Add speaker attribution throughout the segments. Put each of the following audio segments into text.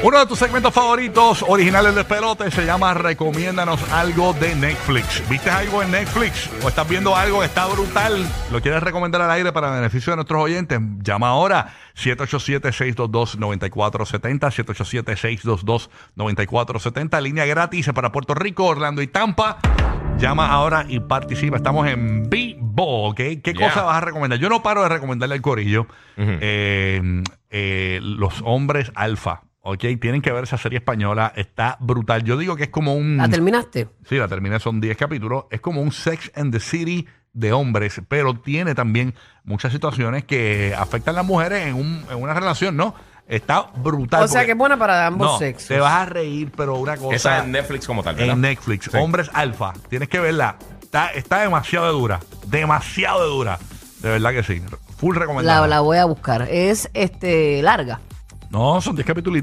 Speaker 1: Uno de tus segmentos favoritos originales de pelote se llama Recomiéndanos algo de Netflix. ¿Viste algo en Netflix o estás viendo algo que está brutal? ¿Lo quieres recomendar al aire para beneficio de nuestros oyentes? Llama ahora 787-622-9470, 787-622-9470, línea gratis para Puerto Rico, Orlando y Tampa. Llama ahora y participa. Estamos en vivo, ¿ok? ¿Qué
Speaker 2: Yeah.
Speaker 1: cosa vas a recomendar? Yo no paro de recomendarle al corillo eh, eh, los hombres alfa, ¿ok? Tienen que ver esa serie española. Está brutal. Yo digo que es como un...
Speaker 3: ¿La terminaste?
Speaker 1: Sí, la terminé, son 10 capítulos. Es como un Sex and the City de hombres, pero tiene también muchas situaciones que afectan a las mujeres en, un- en una relación, ¿no? Está brutal.
Speaker 3: O sea que
Speaker 1: porque-
Speaker 3: es buena para ambos
Speaker 1: No,
Speaker 3: sexos.
Speaker 1: Te vas a reír, pero una cosa.
Speaker 2: Esa es en Netflix como tal, ¿verdad?
Speaker 1: En Netflix,
Speaker 2: Sí.
Speaker 1: Hombres Alfa. Tienes que verla. Está, está demasiado de dura. Demasiado de dura. De verdad que sí. Full recomendada.
Speaker 3: La, la voy a buscar. Es este larga,
Speaker 1: No, son 10 capítulos.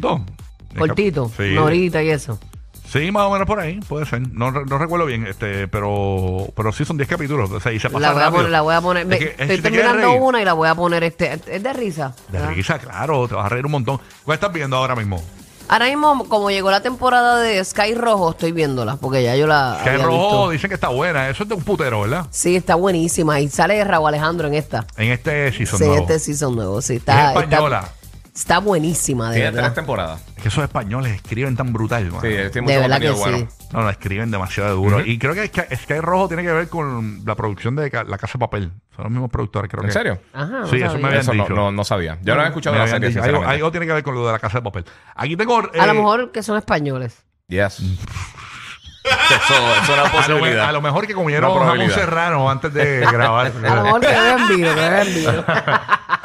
Speaker 3: cortito,
Speaker 1: Sí.
Speaker 3: una horita y eso.
Speaker 1: Sí, más o menos por ahí, puede ser. No, re- no recuerdo bien, este, pero, pero sí son 10 capítulos. O sea, y se pasa
Speaker 3: La voy, a
Speaker 1: rápido.
Speaker 3: poner, la voy a poner.
Speaker 1: Es
Speaker 3: me-
Speaker 1: que- es que
Speaker 3: estoy
Speaker 1: si te quieres
Speaker 3: terminando
Speaker 1: reír,
Speaker 3: una Ah. y la voy a poner este. Es de risa.
Speaker 1: De
Speaker 3: ¿verdad?
Speaker 1: risa, claro, te vas a reír un montón. ¿Cuál estás viendo ahora mismo?
Speaker 3: Ahora mismo, como llegó la temporada de Sky Rojo, estoy viéndola, porque Ah, ya yo la.
Speaker 1: Que
Speaker 3: había
Speaker 1: rojo,
Speaker 3: visto.
Speaker 1: dicen que está buena. Eso es de un putero, ¿verdad?
Speaker 3: Sí, está buenísima. Y sale Raúl Alejandro en esta.
Speaker 1: En este season
Speaker 3: sí,
Speaker 1: nuevo.
Speaker 3: este season nuevo. Sí,
Speaker 1: es
Speaker 3: está.
Speaker 1: española.
Speaker 3: Está, está buenísima, de
Speaker 2: Tiene tres
Speaker 3: verdad.
Speaker 2: temporadas.
Speaker 1: Es que esos españoles escriben tan brutal, man.
Speaker 2: Sí, tiene mucho
Speaker 3: De verdad que
Speaker 2: contenido
Speaker 3: sí.
Speaker 2: bueno.
Speaker 1: No, no, escriben demasiado de duro.
Speaker 2: Ujú.
Speaker 1: Y creo que Sky, Sky Rojo tiene que ver con la producción de Ca- La Casa de Papel. Son los mismos productores, creo que.
Speaker 2: ¿En serio?
Speaker 3: Ajá. no
Speaker 1: Sí, eso
Speaker 3: sabía.
Speaker 1: Ah, me habían
Speaker 2: Eso no,
Speaker 1: dicho. Mm,
Speaker 2: no, no sabía. Yo no había escuchado
Speaker 1: Me
Speaker 2: de la
Speaker 1: habían
Speaker 2: serie,
Speaker 1: dicho. Algo,
Speaker 2: sinceramente.
Speaker 1: algo tiene que ver con lo de La Casa de Papel. Aquí tengo...
Speaker 3: A
Speaker 1: eh,
Speaker 3: lo mejor que son españoles.
Speaker 2: Yes. eso, eso es
Speaker 1: Mm. A lo,
Speaker 2: una
Speaker 1: me-
Speaker 2: posibilidad.
Speaker 1: a lo mejor que comieron
Speaker 2: Una
Speaker 1: jamón
Speaker 2: probabilidad.
Speaker 1: serrano antes de grabar.
Speaker 3: A lo mejor que beben vino, que beben vino.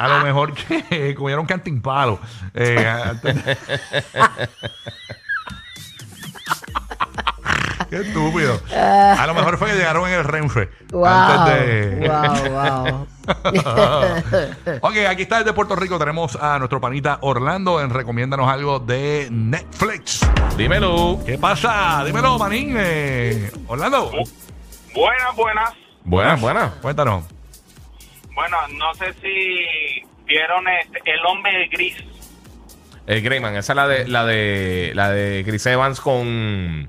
Speaker 1: A lo mejor que eh, comieron cantimpalo. Eh, antes de- Qué estúpido. A lo mejor fue que llegaron en el Renfe.
Speaker 3: Wow,
Speaker 1: Antes de...
Speaker 3: wow, wow.
Speaker 1: ok, aquí está desde Puerto Rico. Tenemos a nuestro panita Orlando en Recomiéndanos algo de Netflix.
Speaker 2: Dímelo.
Speaker 1: ¿Qué pasa? Dímelo, manín. Eh, Orlando.
Speaker 4: Buenas, buenas.
Speaker 2: Buena, buena.
Speaker 1: Cuéntanos.
Speaker 4: Bueno, no sé si vieron este, El Hombre Gris.
Speaker 2: El Eh, Greyman, esa es la de, la de, la de Chris Evans con...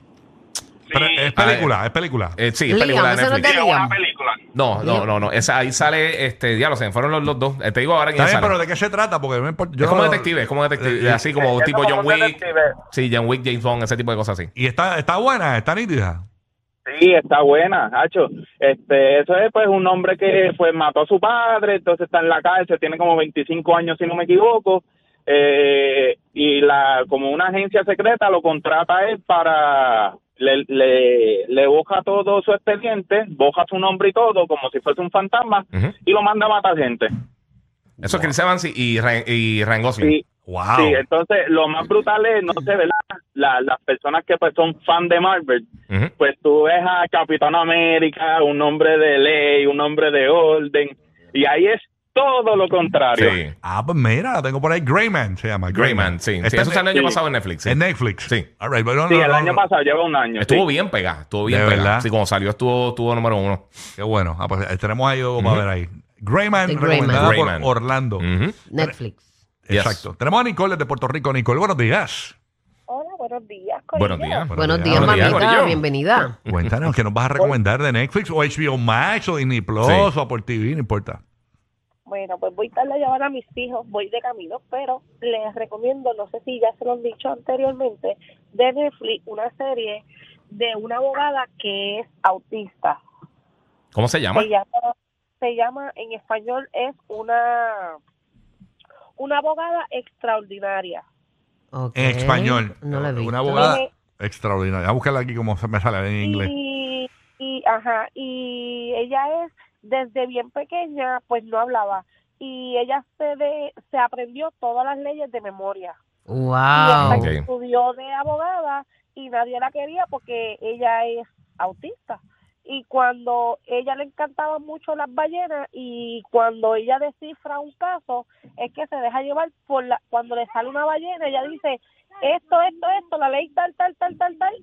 Speaker 4: Sí,
Speaker 1: Pero es
Speaker 5: Ah,
Speaker 1: película, es película.
Speaker 2: eh, sí,
Speaker 3: Liam,
Speaker 2: película de
Speaker 3: esa no
Speaker 2: Netflix.
Speaker 4: sí, es una
Speaker 3: Liam.
Speaker 4: película.
Speaker 2: No, no, no, no. Esa, ahí sale, este, diablo, se me fueron los, los dos. Eh, te digo ahora quién
Speaker 1: Está bien,
Speaker 2: sale.
Speaker 1: pero ¿de qué se trata? Porque no me importa- yo
Speaker 2: es como
Speaker 1: no-
Speaker 2: detective, es como detective.
Speaker 1: Eh,
Speaker 2: así como
Speaker 4: es
Speaker 2: tipo
Speaker 4: como
Speaker 2: John
Speaker 4: un
Speaker 2: Wick.
Speaker 4: detective.
Speaker 2: Sí, John Wick, James Bond, ese tipo de cosas así.
Speaker 1: Y está, está buena, está nítida.
Speaker 5: Sí, está buena, Hacho. Este, eso es pues un hombre que pues mató a su padre, entonces está en la cárcel, tiene como 25 años si no me equivoco, eh, y la como una agencia secreta lo contrata a él para le, le, le boja todo su expediente, boja su nombre y todo como si fuese un fantasma
Speaker 2: Ujú.
Speaker 5: y lo manda a matar gente.
Speaker 2: Eso es Chris Evans y, y, Ryan- y Ryan Gosling.
Speaker 5: Sí,
Speaker 1: Wow.
Speaker 5: sí, entonces lo más brutal es, no sé, ¿verdad? La- las personas que pues son fan de Marvel,
Speaker 2: Ujú.
Speaker 5: pues tú ves a Capitán América, un hombre de ley, un hombre de orden, y ahí es todo lo contrario.
Speaker 2: Sí.
Speaker 1: Ah, pues mira, la tengo por ahí. Greyman se llama.
Speaker 2: Greyman, sí. sí,
Speaker 1: Está
Speaker 2: Eso
Speaker 1: en-
Speaker 2: salió el año
Speaker 5: sí.
Speaker 2: pasado en Netflix. sí.
Speaker 1: En Netflix.
Speaker 2: Sí.
Speaker 1: All right, bueno,
Speaker 5: Sí,
Speaker 1: no,
Speaker 5: el
Speaker 1: no,
Speaker 5: año
Speaker 1: no.
Speaker 5: pasado lleva un año.
Speaker 2: Estuvo
Speaker 5: sí.
Speaker 2: bien pegada, estuvo bien
Speaker 1: De
Speaker 2: pegada.
Speaker 1: verdad.
Speaker 2: Sí, como salió, estuvo, estuvo número uno.
Speaker 1: Qué bueno. Ah, pues eh, tenemos ahí algo para
Speaker 2: Ujú.
Speaker 1: ver ahí. Greyman,
Speaker 3: The
Speaker 1: recomendada
Speaker 2: Greyman.
Speaker 1: por
Speaker 2: Greyman.
Speaker 1: Orlando.
Speaker 2: Ujú.
Speaker 3: Netflix.
Speaker 2: Yes.
Speaker 1: Exacto. Tenemos a Nicole desde Puerto Rico. Nicole, buenos días.
Speaker 6: Hola, buenos días.
Speaker 2: Buenos
Speaker 6: corillo.
Speaker 2: días.
Speaker 3: Buenos
Speaker 2: Buenos
Speaker 3: días,
Speaker 2: días,
Speaker 3: mamita.
Speaker 2: Corillo.
Speaker 3: Bienvenida.
Speaker 1: Cuéntanos, ¿qué nos vas a recomendar de Netflix o HBO Max o Disney Plus
Speaker 2: Sí.
Speaker 1: o Apple TV? No importa.
Speaker 6: Bueno, pues voy tarde a llevar a mis hijos, voy de camino, pero les recomiendo, no sé si ya se los he dicho anteriormente, de Netflix, una serie de una abogada que es autista.
Speaker 2: ¿Cómo se llama?
Speaker 6: Se llama, se llama en español, es una, una abogada extraordinaria.
Speaker 3: Ok.
Speaker 1: En español.
Speaker 3: No la he visto.
Speaker 1: Una abogada
Speaker 6: Sí.
Speaker 1: extraordinaria. Voy a buscarla aquí como se me sale en inglés.
Speaker 6: Y, y, ajá, y ella es, desde bien pequeña, pues no hablaba. Y ella se, de, se aprendió todas las leyes de memoria.
Speaker 3: Wow.
Speaker 6: Y ella
Speaker 2: Ah, Ok.
Speaker 6: estudió de abogada y nadie la quería porque ella es autista. Y cuando ella le encantaban mucho las ballenas y cuando ella descifra un caso, es que se deja llevar por la, cuando le sale una ballena, ella dice, esto, esto, esto, la ley tal, tal, tal, tal, tal,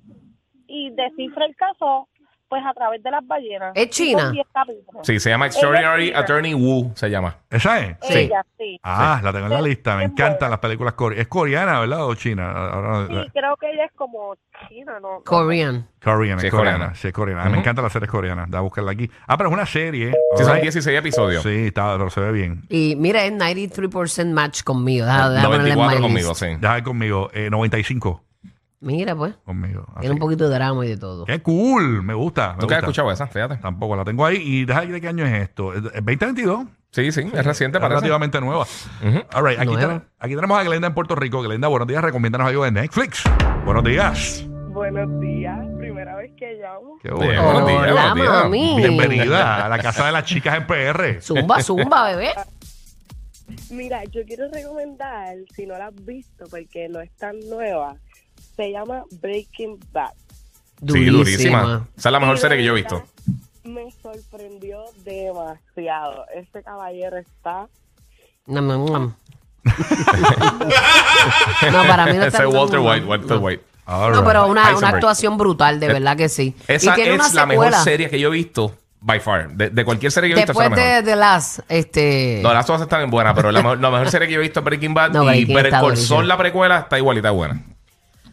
Speaker 6: y descifra el caso pues a través de las ballenas.
Speaker 3: ¿Es china?
Speaker 6: Son 10 capítulos.
Speaker 2: Sí, se llama
Speaker 6: Ella es
Speaker 2: Extraordinary
Speaker 6: china.
Speaker 2: Attorney Wu, se llama.
Speaker 1: ¿Esa es?
Speaker 2: Sí.
Speaker 6: Ella, sí.
Speaker 1: Ah, la tengo en la
Speaker 6: Es-
Speaker 1: lista. Me
Speaker 6: es buena.
Speaker 1: encantan las películas coreanas. Es coreana, ¿verdad? O china. Ahora, eh,
Speaker 6: Sí,
Speaker 2: ah.
Speaker 1: la-
Speaker 6: creo que ella es como china, ¿no?
Speaker 3: Korean.
Speaker 1: Coreana,
Speaker 2: Sí,
Speaker 1: es
Speaker 2: es
Speaker 1: coreana.
Speaker 2: coreana.
Speaker 1: Sí, es coreana. Ah, Me
Speaker 2: Ujú.
Speaker 1: encantan las series coreanas. Da a buscarla aquí. Ah, pero es una serie.
Speaker 2: Sí, son
Speaker 1: Alright.
Speaker 2: 16 episodios.
Speaker 1: Sí, está, pero se ve bien.
Speaker 3: Y mira, es 93% match conmigo. Deja, deja Ah, ponerle en
Speaker 2: 94
Speaker 3: my
Speaker 2: conmigo,
Speaker 3: list.
Speaker 2: sí.
Speaker 1: Deja ver conmigo. eh, 95
Speaker 3: Mira, pues.
Speaker 1: conmigo.
Speaker 2: Ah,
Speaker 1: Así.
Speaker 3: Tiene un poquito de drama y de todo.
Speaker 1: Qué cool. Me gusta. me
Speaker 2: Nunca he
Speaker 1: gusta.
Speaker 2: escuchado esa, fíjate.
Speaker 1: Tampoco la tengo ahí. Y deja ver de qué año es esto. Es 2022.
Speaker 2: Sí, sí, es reciente
Speaker 1: Es
Speaker 2: para
Speaker 1: relativamente nueva. All right, aquí,
Speaker 3: Nueva.
Speaker 1: ten- aquí tenemos a Glenda en Puerto Rico. Glenda, buenos días. Recomiéndanos algo de Netflix. Buenos días.
Speaker 6: Buenos días, primera vez que llamo.
Speaker 1: Qué
Speaker 2: Bien,
Speaker 1: bueno.
Speaker 2: buenos días,
Speaker 3: Hola,
Speaker 2: buenos días.
Speaker 3: mami.
Speaker 1: Bienvenida a la casa de las chicas en PR.
Speaker 3: Zumba, zumba, bebé.
Speaker 6: Mira, yo quiero recomendar, si no la has visto, porque no es tan nueva, se llama Breaking Bad.
Speaker 2: Sí, durísima. Esa es la mejor
Speaker 6: Y
Speaker 2: serie que yo he
Speaker 6: verdad,
Speaker 2: visto.
Speaker 6: Me sorprendió demasiado. Este caballero está...
Speaker 3: Nam, nam, nam. no, para mí no
Speaker 2: Ese
Speaker 3: está
Speaker 2: es Walter
Speaker 3: no,
Speaker 2: White, Walter
Speaker 3: no.
Speaker 2: White.
Speaker 1: All
Speaker 3: No,
Speaker 1: right.
Speaker 3: pero una, una
Speaker 2: Heisenberg.
Speaker 3: actuación brutal, de verdad que sí.
Speaker 2: Eh, Esa
Speaker 3: y tiene una
Speaker 2: es la
Speaker 3: secuela.
Speaker 2: mejor serie que yo he visto, by far. De, de cualquier serie que he visto, esa es
Speaker 3: Después
Speaker 2: la mejor.
Speaker 3: de The Last, este...
Speaker 2: No, las dos están bien buenas, pero la mejor, la mejor serie que yo he visto es Breaking Bad
Speaker 3: No,
Speaker 2: y
Speaker 3: Breaking
Speaker 2: Better
Speaker 3: está
Speaker 2: Call
Speaker 3: buenísima.
Speaker 2: Saul, la precuela, está igualita buena.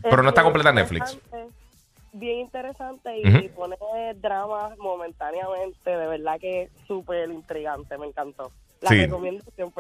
Speaker 2: Pero no está completa en Netflix.
Speaker 6: interesante, Bien interesante y
Speaker 2: Ujú.
Speaker 6: pone dramas momentáneamente. De verdad que es súper intrigante, me encantó. La
Speaker 2: Sí.
Speaker 6: recomiendo 100%.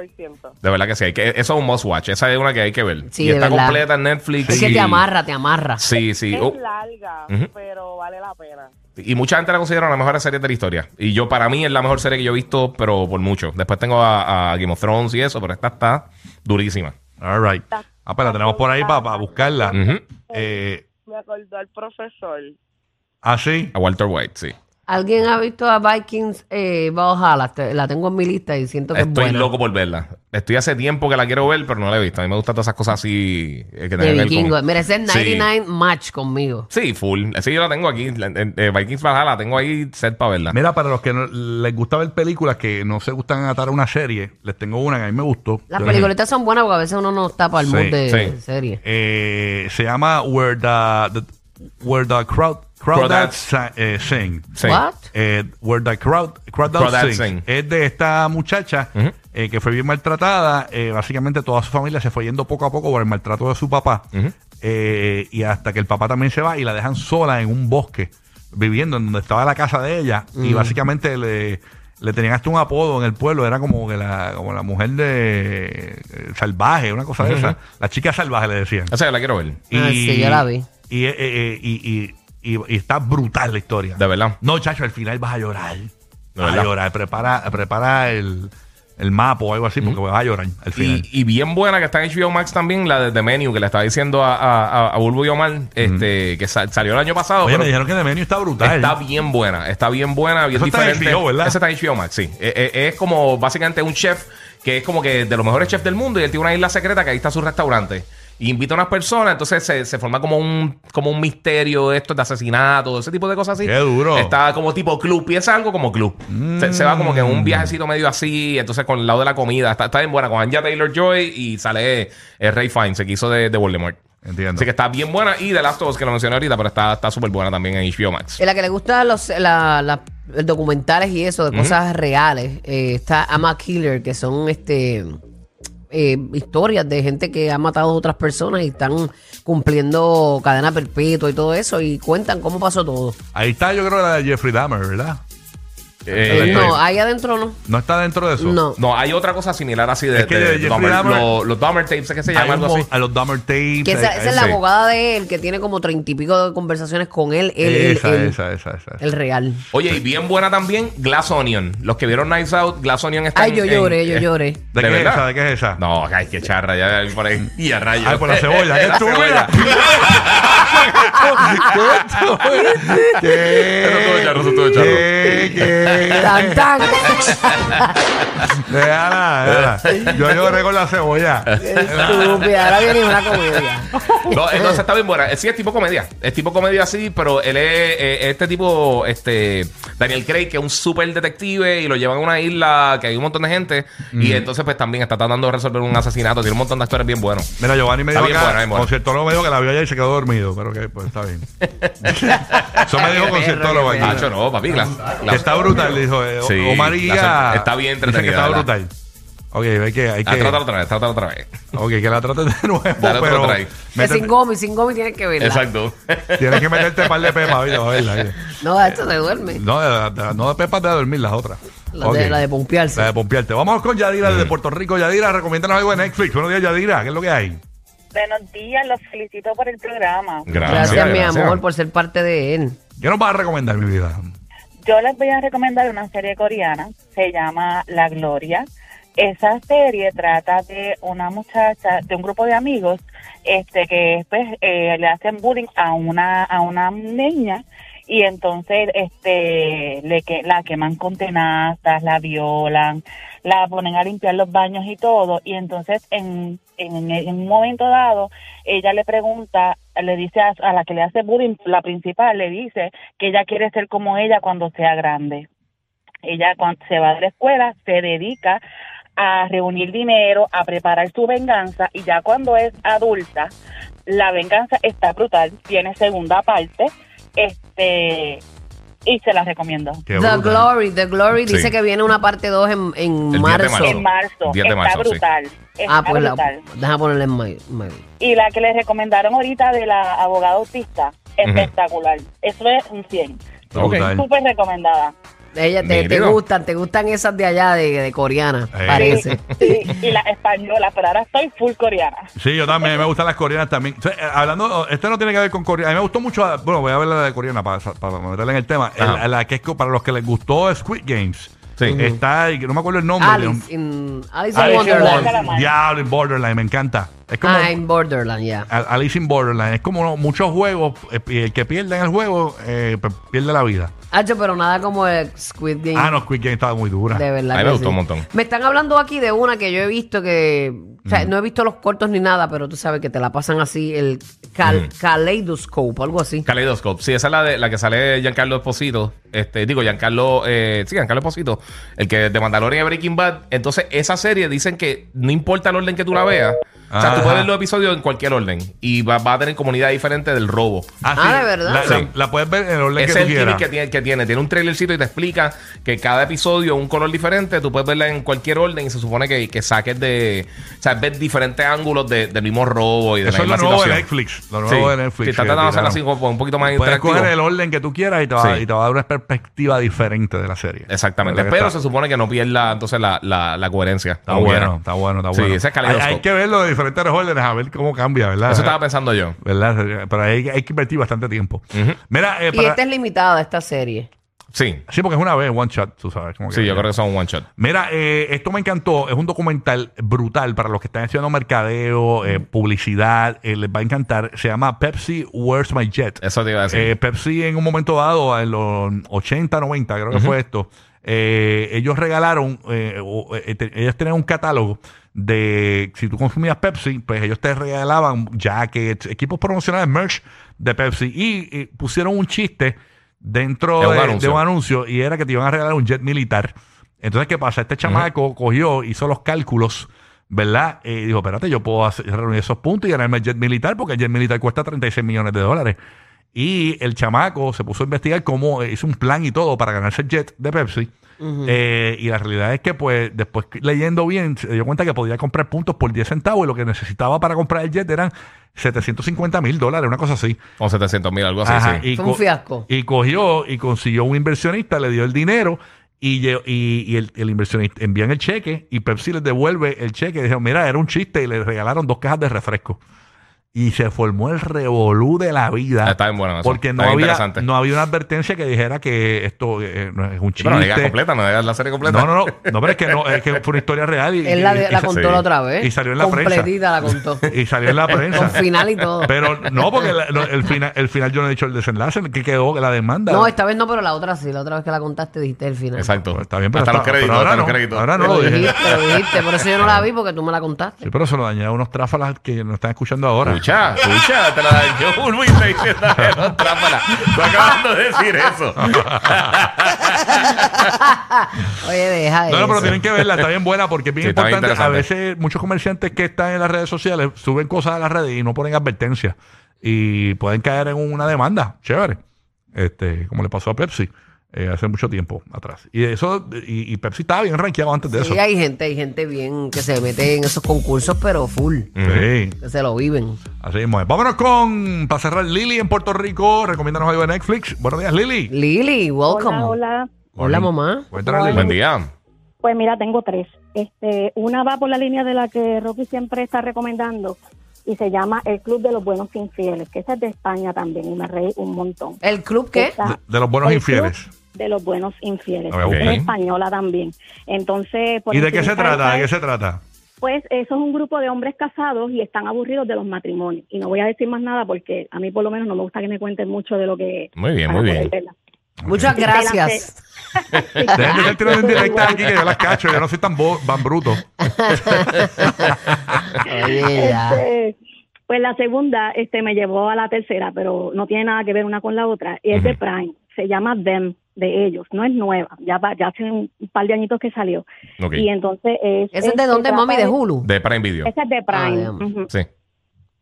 Speaker 2: De verdad que sí, hay que, eso es un must watch, esa es una que hay que ver.
Speaker 3: Sí,
Speaker 2: y
Speaker 3: de
Speaker 2: está
Speaker 3: verdad.
Speaker 2: completa en Netflix.
Speaker 3: Es que
Speaker 2: y-
Speaker 3: te amarra, te amarra.
Speaker 2: Sí, sí.
Speaker 6: es
Speaker 2: Oh,
Speaker 6: larga,
Speaker 2: Ujú.
Speaker 6: pero vale la pena.
Speaker 2: y mucha gente la considera la mejor serie de la historia. Y yo, para mí, es la mejor serie que yo he visto, pero por mucho. Después tengo a, a Game of Thrones y eso, pero esta está durísima.
Speaker 1: All right. Ah, pues la tenemos por ahí para, buscarla.
Speaker 3: Mm.
Speaker 2: Ujú.
Speaker 1: Eh,
Speaker 6: Me acordó al profesor.
Speaker 1: ah, sí.
Speaker 2: A Walter White, sí.
Speaker 3: ¿Alguien ha visto a Vikings eh, Valhalla? Te- La tengo en mi lista y siento que es
Speaker 2: Estoy
Speaker 3: buena.
Speaker 2: loco por verla. Estoy hace tiempo que la quiero ver, pero no la he visto. A mí me gustan todas esas cosas así eh, que
Speaker 3: de
Speaker 2: tienen que ver con-
Speaker 3: vikingos. Mira, ese es
Speaker 2: Sí.
Speaker 3: 99 match conmigo.
Speaker 2: Sí, full. Sí, yo la tengo aquí. La- en- en Vikings Valhalla la tengo ahí set para verla.
Speaker 1: Mira, para los que no- les gusta ver películas que no se gustan atar a una serie, les tengo una que a mí me gustó.
Speaker 3: Las peliculitas son buenas porque a veces uno no está para el
Speaker 1: Sí,
Speaker 3: mood de
Speaker 2: sí.
Speaker 3: serie.
Speaker 1: Eh, se llama Where the, the- Where the Crowd, crowd
Speaker 2: Crowd
Speaker 1: That
Speaker 2: That-
Speaker 1: Sa- eh, Sing.
Speaker 2: Sí.
Speaker 3: What?
Speaker 1: Eh, Where the Crowd, crowd That
Speaker 2: Crowd That
Speaker 1: Sings.
Speaker 2: Sing.
Speaker 1: Es de esta muchacha
Speaker 2: Ujú.
Speaker 1: eh, que fue bien maltratada. Eh, básicamente toda su familia se fue yendo poco a poco por el maltrato de su papá.
Speaker 2: Ujú.
Speaker 1: Eh, y hasta que el papá también se va y la dejan sola en un bosque, viviendo en donde estaba la casa de ella. Y básicamente le, le tenían hasta un apodo en el pueblo. Era como que la, como la mujer de eh, salvaje, una cosa de esa. La chica salvaje le decían.
Speaker 2: O sea, la quiero ver.
Speaker 3: Ah, sí, yo la vi.
Speaker 1: Y, eh, eh, y- y- y- y está brutal la historia.
Speaker 2: De verdad.
Speaker 1: No, chacho, al final vas a llorar. Vas a
Speaker 2: verdad.
Speaker 1: llorar. Prepara, prepara el, el mapa o algo así, porque vas a llorar al final.
Speaker 2: Y, y bien buena que está en HBO Max también, la de The Menu, que le estaba diciendo a, a, a- a Bulbo y Omar, este, que sal- salió el año pasado.
Speaker 1: Oye,
Speaker 2: pero
Speaker 1: me dijeron que el menú está brutal.
Speaker 2: Está bien buena, está bien buena, bien
Speaker 1: Eso está en
Speaker 2: diferente.
Speaker 1: HBO, ¿verdad?
Speaker 2: Ese está en HBO Max, sí. Eh, eh, es como básicamente un chef que es como que de los mejores chefs del mundo y él tiene una isla secreta que ahí está su restaurante. Y invita a unas personas, entonces se, se forma como un, como un misterio de esto, de asesinato, ese tipo de cosas así.
Speaker 1: Qué duro.
Speaker 2: Está como tipo club, piensa algo como club. Se, se va como que en
Speaker 1: Mm.
Speaker 2: un viajecito medio así, entonces con el lado de la comida. Está, está bien buena con Anja Taylor Joy y sale el Ray Fiennes, el que hizo de, de Voldemort.
Speaker 1: Entiendo.
Speaker 2: Así que está bien buena. Y The Last of Us, que lo mencioné ahorita, pero está está súper buena también en HBO Max.
Speaker 3: En la que le gustan los la- la- documentales y eso, de cosas reales, eh, está Ama Killer, que son este eh, historias de gente que ha matado a otras personas y están cumpliendo cadena perpetua y todo eso, y cuentan cómo pasó todo.
Speaker 1: Ahí está, yo creo, la de Jeffrey Dahmer, ¿verdad?
Speaker 2: Eh,
Speaker 3: Eh,
Speaker 2: eh,
Speaker 3: no, ahí adentro no.
Speaker 1: No está dentro de eso.
Speaker 3: No.
Speaker 2: No, hay otra cosa similar así de,
Speaker 1: Es que
Speaker 2: de
Speaker 1: de Jeffrey
Speaker 2: Dahmer.
Speaker 1: Dahmer-
Speaker 2: Lo- los Dahmer tapes, ¿qué se
Speaker 1: Hay
Speaker 2: llama?
Speaker 1: un
Speaker 2: Algo
Speaker 1: mo-
Speaker 2: así.
Speaker 1: a los Dahmer tapes.
Speaker 3: Que esa,
Speaker 1: eh,
Speaker 3: esa es
Speaker 1: eh,
Speaker 3: la
Speaker 2: sí.
Speaker 3: abogada de él, que tiene como treinta y pico de conversaciones con él. él, él,
Speaker 1: esa,
Speaker 3: él,
Speaker 1: esa, esa, esa.
Speaker 3: El real.
Speaker 2: Oye, y bien buena también Glass Onion. Los que vieron Knives Out, Glass Onion está
Speaker 3: Ay,
Speaker 2: en-
Speaker 3: yo
Speaker 2: en-
Speaker 3: lloré, yo
Speaker 2: eh,
Speaker 3: lloré.
Speaker 1: ¿De,
Speaker 2: ¿De
Speaker 1: qué es
Speaker 2: verdad?
Speaker 1: esa? ¿De qué es esa?
Speaker 2: No, ay, qué charra, ya por ahí. Y a rayos.
Speaker 1: Ay, por la cebolla, qué
Speaker 2: La
Speaker 1: estúpida.
Speaker 2: cebolla. Eso estuvo charro, eso estuvo charro.
Speaker 1: ¿Qué? ¿Qué?
Speaker 3: Tan, tan.
Speaker 1: Déjala, déjala. Yo lloré con la cebolla.
Speaker 3: Estúpida, ahora viene una comedia.
Speaker 2: No, entonces está bien buena. Eh, Sí, es tipo comedia. Es tipo comedia así, pero él es eh, este tipo, este Daniel Craig, que es un super detective y lo llevan a una isla que hay un montón de gente. Y entonces, pues también está tratando de resolver un asesinato. Tiene un montón de actores bien buenos.
Speaker 1: Mira, Giovanni me
Speaker 2: Está
Speaker 1: dijo
Speaker 2: bien buena,
Speaker 1: acá,
Speaker 2: bien buena.
Speaker 1: conciertólogo me dijo que la vio ayer y se quedó dormido, pero que pues está bien. Eso me dijo
Speaker 3: Qué
Speaker 1: conciertólogo
Speaker 3: perro, qué
Speaker 1: aquí.
Speaker 2: Nacho, Ah, no, papi. la- la-
Speaker 1: Que está brutal, dijo. eh,
Speaker 2: Sí,
Speaker 1: Omar y
Speaker 2: la
Speaker 1: Guía
Speaker 2: sor- está bien
Speaker 1: dicen que
Speaker 2: entretenida,
Speaker 1: está
Speaker 2: ¿verdad?
Speaker 1: brutal. Ok, hay que, hay
Speaker 2: Ah,
Speaker 1: que,
Speaker 2: trátala otra vez, trátala otra vez.
Speaker 1: ok, que la traten de nuevo,
Speaker 2: Dale otro
Speaker 1: pero
Speaker 2: try.
Speaker 3: Que
Speaker 1: métete-
Speaker 3: Eh, sin gomi, sin gomi tienes que verla.
Speaker 2: Exacto.
Speaker 1: tienes que meterte un par de pepas, oye, a verla. oye.
Speaker 3: No, esto se duerme.
Speaker 1: No, de, de- no de pepas de dormir, las otras.
Speaker 3: La de-
Speaker 1: Ok.
Speaker 3: la de pompearse.
Speaker 1: La de pompearte. Vamos con Yadira
Speaker 2: Mm.
Speaker 1: de Puerto Rico. Yadira, recomiéndanos algo de Netflix. Buenos días, Yadira. ¿Qué es lo que hay?
Speaker 6: Buenos días, los felicito por el programa.
Speaker 3: Gracias, mi amor, por ser parte de él.
Speaker 1: ¿Qué nos vas a recomendar, mi vida?
Speaker 6: Yo les voy a recomendar una serie coreana, se llama La Gloria. Esa serie trata de una muchacha, de un grupo de amigos, este que pues, eh, le hacen bullying a una a una niña y entonces este le que la queman con tenazas, la violan, la ponen a limpiar los baños y todo y entonces en en, en un momento dado ella le pregunta, le dice a, a la que le hace bullying, la principal le dice que ella quiere ser como ella cuando sea grande. Ella cuando se va de la escuela se dedica a reunir dinero, a preparar su venganza y ya cuando es adulta, la venganza está brutal, tiene segunda parte, este y se la recomiendo.
Speaker 1: Qué
Speaker 3: The
Speaker 1: brutal.
Speaker 3: Glory, The Glory
Speaker 2: Sí.
Speaker 3: dice que viene una parte 2 en, en
Speaker 2: El 10 de
Speaker 3: marzo.
Speaker 2: marzo.
Speaker 6: En marzo,
Speaker 2: 10 de
Speaker 6: está
Speaker 2: marzo, sí.
Speaker 6: brutal. Está
Speaker 3: Ah, pues la,
Speaker 6: brutal.
Speaker 3: deja ponerle en mayo. mayo.
Speaker 6: Y la que les recomendaron ahorita de la abogada autista, espectacular. Eso es un 100.
Speaker 1: Brutal.
Speaker 6: Súper recomendada.
Speaker 3: Ella te, te
Speaker 2: Negro.
Speaker 3: gustan, te gustan esas de allá de, de coreana,
Speaker 1: Ey.
Speaker 3: parece.
Speaker 6: Y, y la española, pero ahora soy full coreana.
Speaker 1: Sí, yo también. Me gustan las coreanas también. O sea, eh, hablando, esto no tiene que ver con coreana. A mí me gustó mucho. ah, Bueno, voy a ver la de coreana para, para meterla en el tema. El-
Speaker 2: Ajá.
Speaker 1: la que es co- para los que les gustó Squid Games.
Speaker 2: Sí.
Speaker 1: Está, y que no me acuerdo el nombre.
Speaker 3: Alice, in, Alice in
Speaker 1: Alice in
Speaker 3: Wonderland.
Speaker 1: Borderland. Diablo, in Borderland. Me encanta. Es como
Speaker 3: Ah, en Borderland, ya.
Speaker 1: Al- Alice in Borderland. Es como uno- muchos juegos. eh, y el que pierde en el juego eh, pe- pierde la vida.
Speaker 3: Hacho, pero nada como el Squid Game.
Speaker 1: Ah, no, Squid Game estaba muy dura.
Speaker 3: De verdad.
Speaker 2: A mí me
Speaker 3: que
Speaker 2: gustó
Speaker 3: sí.
Speaker 2: un montón.
Speaker 3: Me están hablando aquí de una que yo he visto que. o
Speaker 1: Mm.
Speaker 3: sea, no he visto los cortos ni nada, pero tú sabes que te la pasan así, el cal-
Speaker 1: Mm.
Speaker 3: Kaleidoscope, algo así.
Speaker 2: Kaleidoscope. Sí, esa es la, de, la que sale Giancarlo Esposito. Este, digo, Giancarlo. Eh, sí, Giancarlo Esposito. El que de Mandalorian y Breaking Bad. Entonces, esa serie dicen que no importa el orden que tú la veas. O sea,
Speaker 1: Ajá.
Speaker 2: tú puedes ver los episodios en cualquier orden. Y va, va a tener comunidad diferente del robo.
Speaker 3: Ah, ¿de verdad?
Speaker 1: La,
Speaker 2: Sí.
Speaker 1: la- la puedes ver en el orden
Speaker 2: Ese
Speaker 1: que
Speaker 2: es
Speaker 1: tú
Speaker 2: el
Speaker 1: quieras.
Speaker 2: gimmick que tiene, que tiene. Tiene un trailercito y te explica que cada episodio es un color diferente. Tú puedes verla en cualquier orden y se supone que, que saques de. O sea, ves diferentes ángulos de- del mismo robo y de
Speaker 1: Eso
Speaker 2: la
Speaker 1: es lo
Speaker 2: misma
Speaker 1: nuevo de
Speaker 2: situación.
Speaker 1: Netflix. Lo
Speaker 2: Sí.
Speaker 1: nuevo de Netflix.
Speaker 2: Sí, está
Speaker 1: que
Speaker 2: tratando de hacerlo así
Speaker 1: tiraron.
Speaker 2: como un poquito más
Speaker 1: Pues Puedes
Speaker 2: interactivo.
Speaker 1: coger el orden que tú quieras y te va,
Speaker 2: Sí.
Speaker 1: y te va a dar una perspectiva diferente de la serie.
Speaker 2: Exactamente.
Speaker 1: ¿Verdad que
Speaker 2: Pero
Speaker 1: está?
Speaker 2: se supone que no pierda entonces la, la, la coherencia.
Speaker 1: Está
Speaker 2: como
Speaker 1: bueno,
Speaker 2: quiera.
Speaker 1: está bueno, está
Speaker 2: Sí,
Speaker 1: bueno.
Speaker 2: ese es
Speaker 1: hay,
Speaker 2: Kaleidoscope.
Speaker 1: hay que verlo de diferentes órdenes a ver cómo cambia, ¿verdad?
Speaker 2: Eso estaba pensando yo.
Speaker 1: ¿Verdad? Pero hay, hay que invertir bastante tiempo. Mira, eh,
Speaker 3: Y este-
Speaker 1: para-
Speaker 3: esta es limitada, esta serie.
Speaker 2: Sí.
Speaker 1: sí, porque es una vez, one shot, tú sabes. como
Speaker 2: Sí, yo creo que son one shot.
Speaker 1: Mira, eh, esto me encantó. Es un documental brutal para los que están haciendo mercadeo, eh, publicidad. eh, les va a encantar. Se llama Pepsi Where's My Jet.
Speaker 2: Eso te iba a decir.
Speaker 1: Eh, Pepsi en un momento dado, ah, en los 80, 90, creo que fue esto, eh, ellos regalaron, eh, o, eh, te- ellos tenían un catálogo de, si tú consumías Pepsi, pues ellos te regalaban jackets, equipos promocionales, merch de Pepsi y, eh, pusieron un chiste dentro
Speaker 2: De
Speaker 1: de,
Speaker 2: un
Speaker 1: de un
Speaker 2: anuncio.
Speaker 1: anuncio y era que te iban a regalar un jet militar. Entonces, ¿qué pasa? Este chamaco cogió, hizo los cálculos. ¿Verdad? Eh, Y dijo, espérate, yo puedo hacer- reunir esos puntos y ganarme el jet militar porque el jet militar cuesta 36 millones de dólares. Y el chamaco se puso a investigar cómo eh, hizo un plan y todo para ganarse el jet de Pepsi. Eh, y la realidad es que, pues, después que- leyendo bien, se dio cuenta que podía comprar puntos por 10 centavos y lo que necesitaba para comprar el jet eran 750 mil dólares, una cosa así.
Speaker 2: O 700 mil, algo así.
Speaker 1: Ajá,
Speaker 2: sí.
Speaker 1: y
Speaker 3: Fue un
Speaker 1: co-
Speaker 3: fiasco.
Speaker 1: Y cogió y consiguió un inversionista, le dio el dinero y, lle- y, y el, el inversionista envían el cheque y Pepsi les devuelve el cheque. Dijeron, mira, era un chiste y le regalaron dos cajas de refresco. y se formó el revolú de la vida.
Speaker 2: Está bien buena esa.
Speaker 1: Porque no
Speaker 2: Está bien
Speaker 1: había,
Speaker 2: interesante.
Speaker 1: no había una advertencia que dijera que esto eh, no es un
Speaker 2: Sí,
Speaker 1: chiste.
Speaker 2: pero no digas completa, no digas la serie completa.
Speaker 1: No, no, no. No, pero es que, no, es que fue una historia real. Y,
Speaker 3: Él la,
Speaker 1: y- y-
Speaker 3: la contó
Speaker 2: sí.
Speaker 3: la otra vez.
Speaker 1: Y salió en la prensa.
Speaker 3: Completita la contó.
Speaker 1: y salió en la prensa.
Speaker 3: Con final y todo.
Speaker 1: Pero no, porque la- no, el, final, el final yo no he dicho el desenlace, que quedó la demanda.
Speaker 3: No, esta vez no, pero la otra sí. La otra vez que la contaste dijiste el final.
Speaker 2: Exacto.
Speaker 1: Pues está bien, pero
Speaker 2: hasta los
Speaker 1: está-
Speaker 2: créditos,
Speaker 1: pero ahora
Speaker 2: hasta los
Speaker 1: no,
Speaker 2: créditos.
Speaker 1: ahora no.
Speaker 3: Lo
Speaker 1: lo dije.
Speaker 3: dijiste, lo dijiste. Por eso yo no la vi porque tú me la contaste.
Speaker 1: Sí, pero se lo dañé a unos tráfalas que nos están escuchando ahora.
Speaker 2: Escucha, escucha, te la dañó un Luis te dice, no, trápala. Tú acabas de decir eso.
Speaker 3: Oye, deja de
Speaker 1: No, no, pero
Speaker 3: eso.
Speaker 1: tienen que verla, está bien buena porque es bien
Speaker 2: Sí, está bien
Speaker 1: importante. A
Speaker 2: interesante.
Speaker 1: veces muchos comerciantes que están en las redes sociales suben cosas a las redes y no ponen advertencias y pueden caer en una demanda, chévere, este, como le pasó a Pepsi eh, hace mucho tiempo atrás. Y eso y, y Pepsi estaba bien rankeado antes de
Speaker 3: Sí,
Speaker 1: eso.
Speaker 3: hay gente, hay gente bien que se mete en esos concursos, pero full.
Speaker 1: Sí,
Speaker 3: Que se lo viven.
Speaker 1: así mismo es. Vámonos con, para cerrar, Lili en Puerto Rico, recomiéndanos algo de Netflix. Buenos días, Lili.
Speaker 3: Lili, welcome.
Speaker 7: Hola, hola.
Speaker 3: Hola, mamá.
Speaker 1: Cuéntanos, Lili.
Speaker 2: Buen día.
Speaker 7: Pues mira, tengo tres. Este, una va por la línea de la que Rocky siempre está recomendando y se llama El Club de los Buenos Infieles, que esa es de España también y me reí un montón.
Speaker 3: ¿El club qué?
Speaker 7: Está
Speaker 1: De, de los buenos
Speaker 7: El
Speaker 1: infieles.
Speaker 7: Club De los Buenos Infieles.
Speaker 1: La voy a
Speaker 7: Es
Speaker 1: buscar.
Speaker 7: española también. Entonces, por
Speaker 1: ¿Y de qué
Speaker 7: encima
Speaker 1: se trata? ¿De
Speaker 7: esa-
Speaker 1: qué se trata?
Speaker 7: Pues eso es un grupo de hombres casados y están aburridos de los matrimonios. Y no voy a decir más nada porque a mí por lo menos no me gusta que me cuenten mucho de lo que...
Speaker 2: Muy bien,
Speaker 7: para
Speaker 2: muy
Speaker 7: poder
Speaker 2: bien.
Speaker 7: verla.
Speaker 3: Muchas gracias.
Speaker 7: Ah,
Speaker 1: Dejen de estar tirando indirectas aquí que yo las cacho, yo no soy tan, bo- tan bruto.
Speaker 3: Oye, ya.
Speaker 7: Este, pues la segunda este, me llevó a la tercera, pero no tiene nada que ver una con la otra. Y es de
Speaker 2: Ujú.
Speaker 7: Prime, se llama Them, de ellos, no es nueva, ya, va- ya hace un par de añitos que salió.
Speaker 2: Ok.
Speaker 7: Y entonces es...
Speaker 3: ¿Esa es de
Speaker 7: se
Speaker 3: dónde,
Speaker 7: trata
Speaker 3: mami? ¿De Hulu?
Speaker 2: De Prime Video.
Speaker 7: Esa es de
Speaker 3: Ah,
Speaker 7: Prime.
Speaker 3: damn.
Speaker 7: ujú.
Speaker 2: Sí.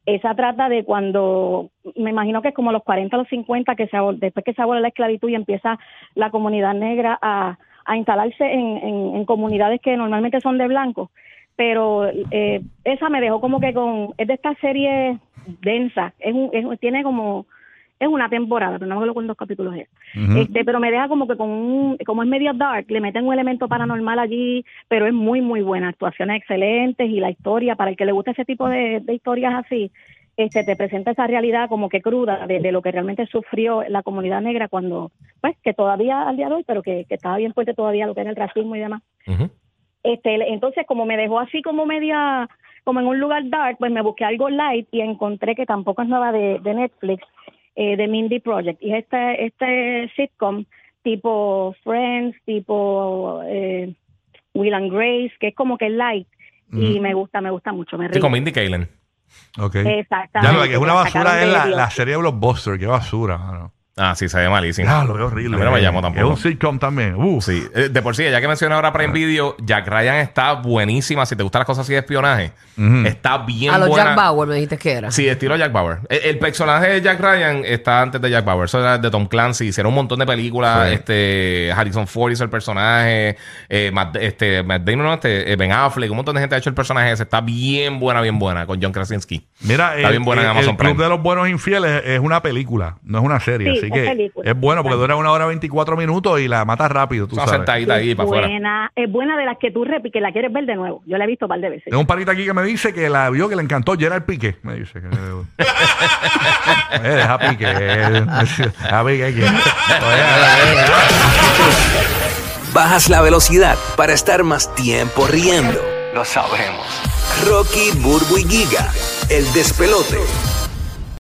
Speaker 7: Esa trata de cuando, me imagino que es como los 40 o los 50, que se, abol- después que se abole la esclavitud y empieza la comunidad negra a, a instalarse en, en- en comunidades que normalmente son de blancos. Pero eh, esa me dejó como que con, es de esta serie densa, es un- es un- tiene como, es una temporada, pero no me acuerdo cuántos capítulos es. Este, pero me deja como que con un, como es medio dark, le meten un elemento paranormal allí, pero es muy, muy buena, actuaciones excelentes y la historia, para el que le gusta ese tipo de, de historias así, este, te presenta esa realidad como que cruda de, de lo que realmente sufrió la comunidad negra cuando, pues, que todavía al día de hoy, pero que, que estaba bien fuerte todavía lo que era el racismo y demás.
Speaker 2: Ujú.
Speaker 7: Este, le- entonces, como me dejó así como media, como en un lugar dark, pues me busqué algo light y encontré que tampoco es nueva de, de Netflix, eh, de Mindy Project. Y es este, este sitcom tipo Friends, tipo eh, Will and Grace, que es como que light. Y me gusta, me gusta mucho, me
Speaker 2: Sí,
Speaker 7: río.
Speaker 2: con Mindy Kaling.
Speaker 1: Ok. Ya
Speaker 7: Exactamente.
Speaker 1: lo que es una
Speaker 7: la
Speaker 1: basura
Speaker 7: sacaron
Speaker 1: es
Speaker 7: de
Speaker 1: la,
Speaker 7: Dios.
Speaker 1: la serie de Blockbuster, qué basura. mano.
Speaker 2: Ah, sí, se ve malísimo.
Speaker 1: Ya, lo veo horrible.
Speaker 2: A mí no me llamó
Speaker 1: Es
Speaker 2: tampoco.
Speaker 1: un sitcom también. Uh,
Speaker 2: Sí, eh, de por sí, ya que mencioné ahora Prime Video, Jack Ryan está buenísima. Si te gustan las cosas así de espionaje,
Speaker 1: Ujú.
Speaker 2: está bien
Speaker 3: A los
Speaker 2: buena.
Speaker 3: Jack Bauer me dijiste que era.
Speaker 2: Sí, estilo Jack Bauer. El, el personaje de Jack Ryan está antes de Jack Bauer. Eso era de Tom Clancy. Hicieron un montón de películas.
Speaker 1: Sí.
Speaker 2: Este, Harrison Ford hizo el personaje. eh, Matt, este, Matt Damon, no, este, eh, Ben Affleck. Un montón de gente ha hecho el personaje ese. Está bien buena, bien buena. Con John Krasinski.
Speaker 1: Mira,
Speaker 2: Está
Speaker 1: el,
Speaker 2: bien buena en
Speaker 1: el-
Speaker 2: Amazon
Speaker 1: el Club
Speaker 2: Prime.
Speaker 1: de los Buenos Infieles es una película, no es una serie. así
Speaker 7: Sí, es
Speaker 1: que
Speaker 7: película.
Speaker 1: es bueno porque dura una hora 24 minutos y la matas rápido, tú
Speaker 2: Una
Speaker 1: sabes.
Speaker 2: sentadita ahí para afuera.
Speaker 7: buena, es buena de las que tú repiques, la quieres ver de nuevo. Yo la he visto un par de veces.
Speaker 1: Tengo un parita aquí que me dice que la vio, que le encantó Gerard Pique. Me dice que. eh, deja Pique. eh, deja Pique aquí.
Speaker 8: Bajas la velocidad para estar más tiempo riendo. Lo sabemos. Rocky, Burbu y Giga, el despelote.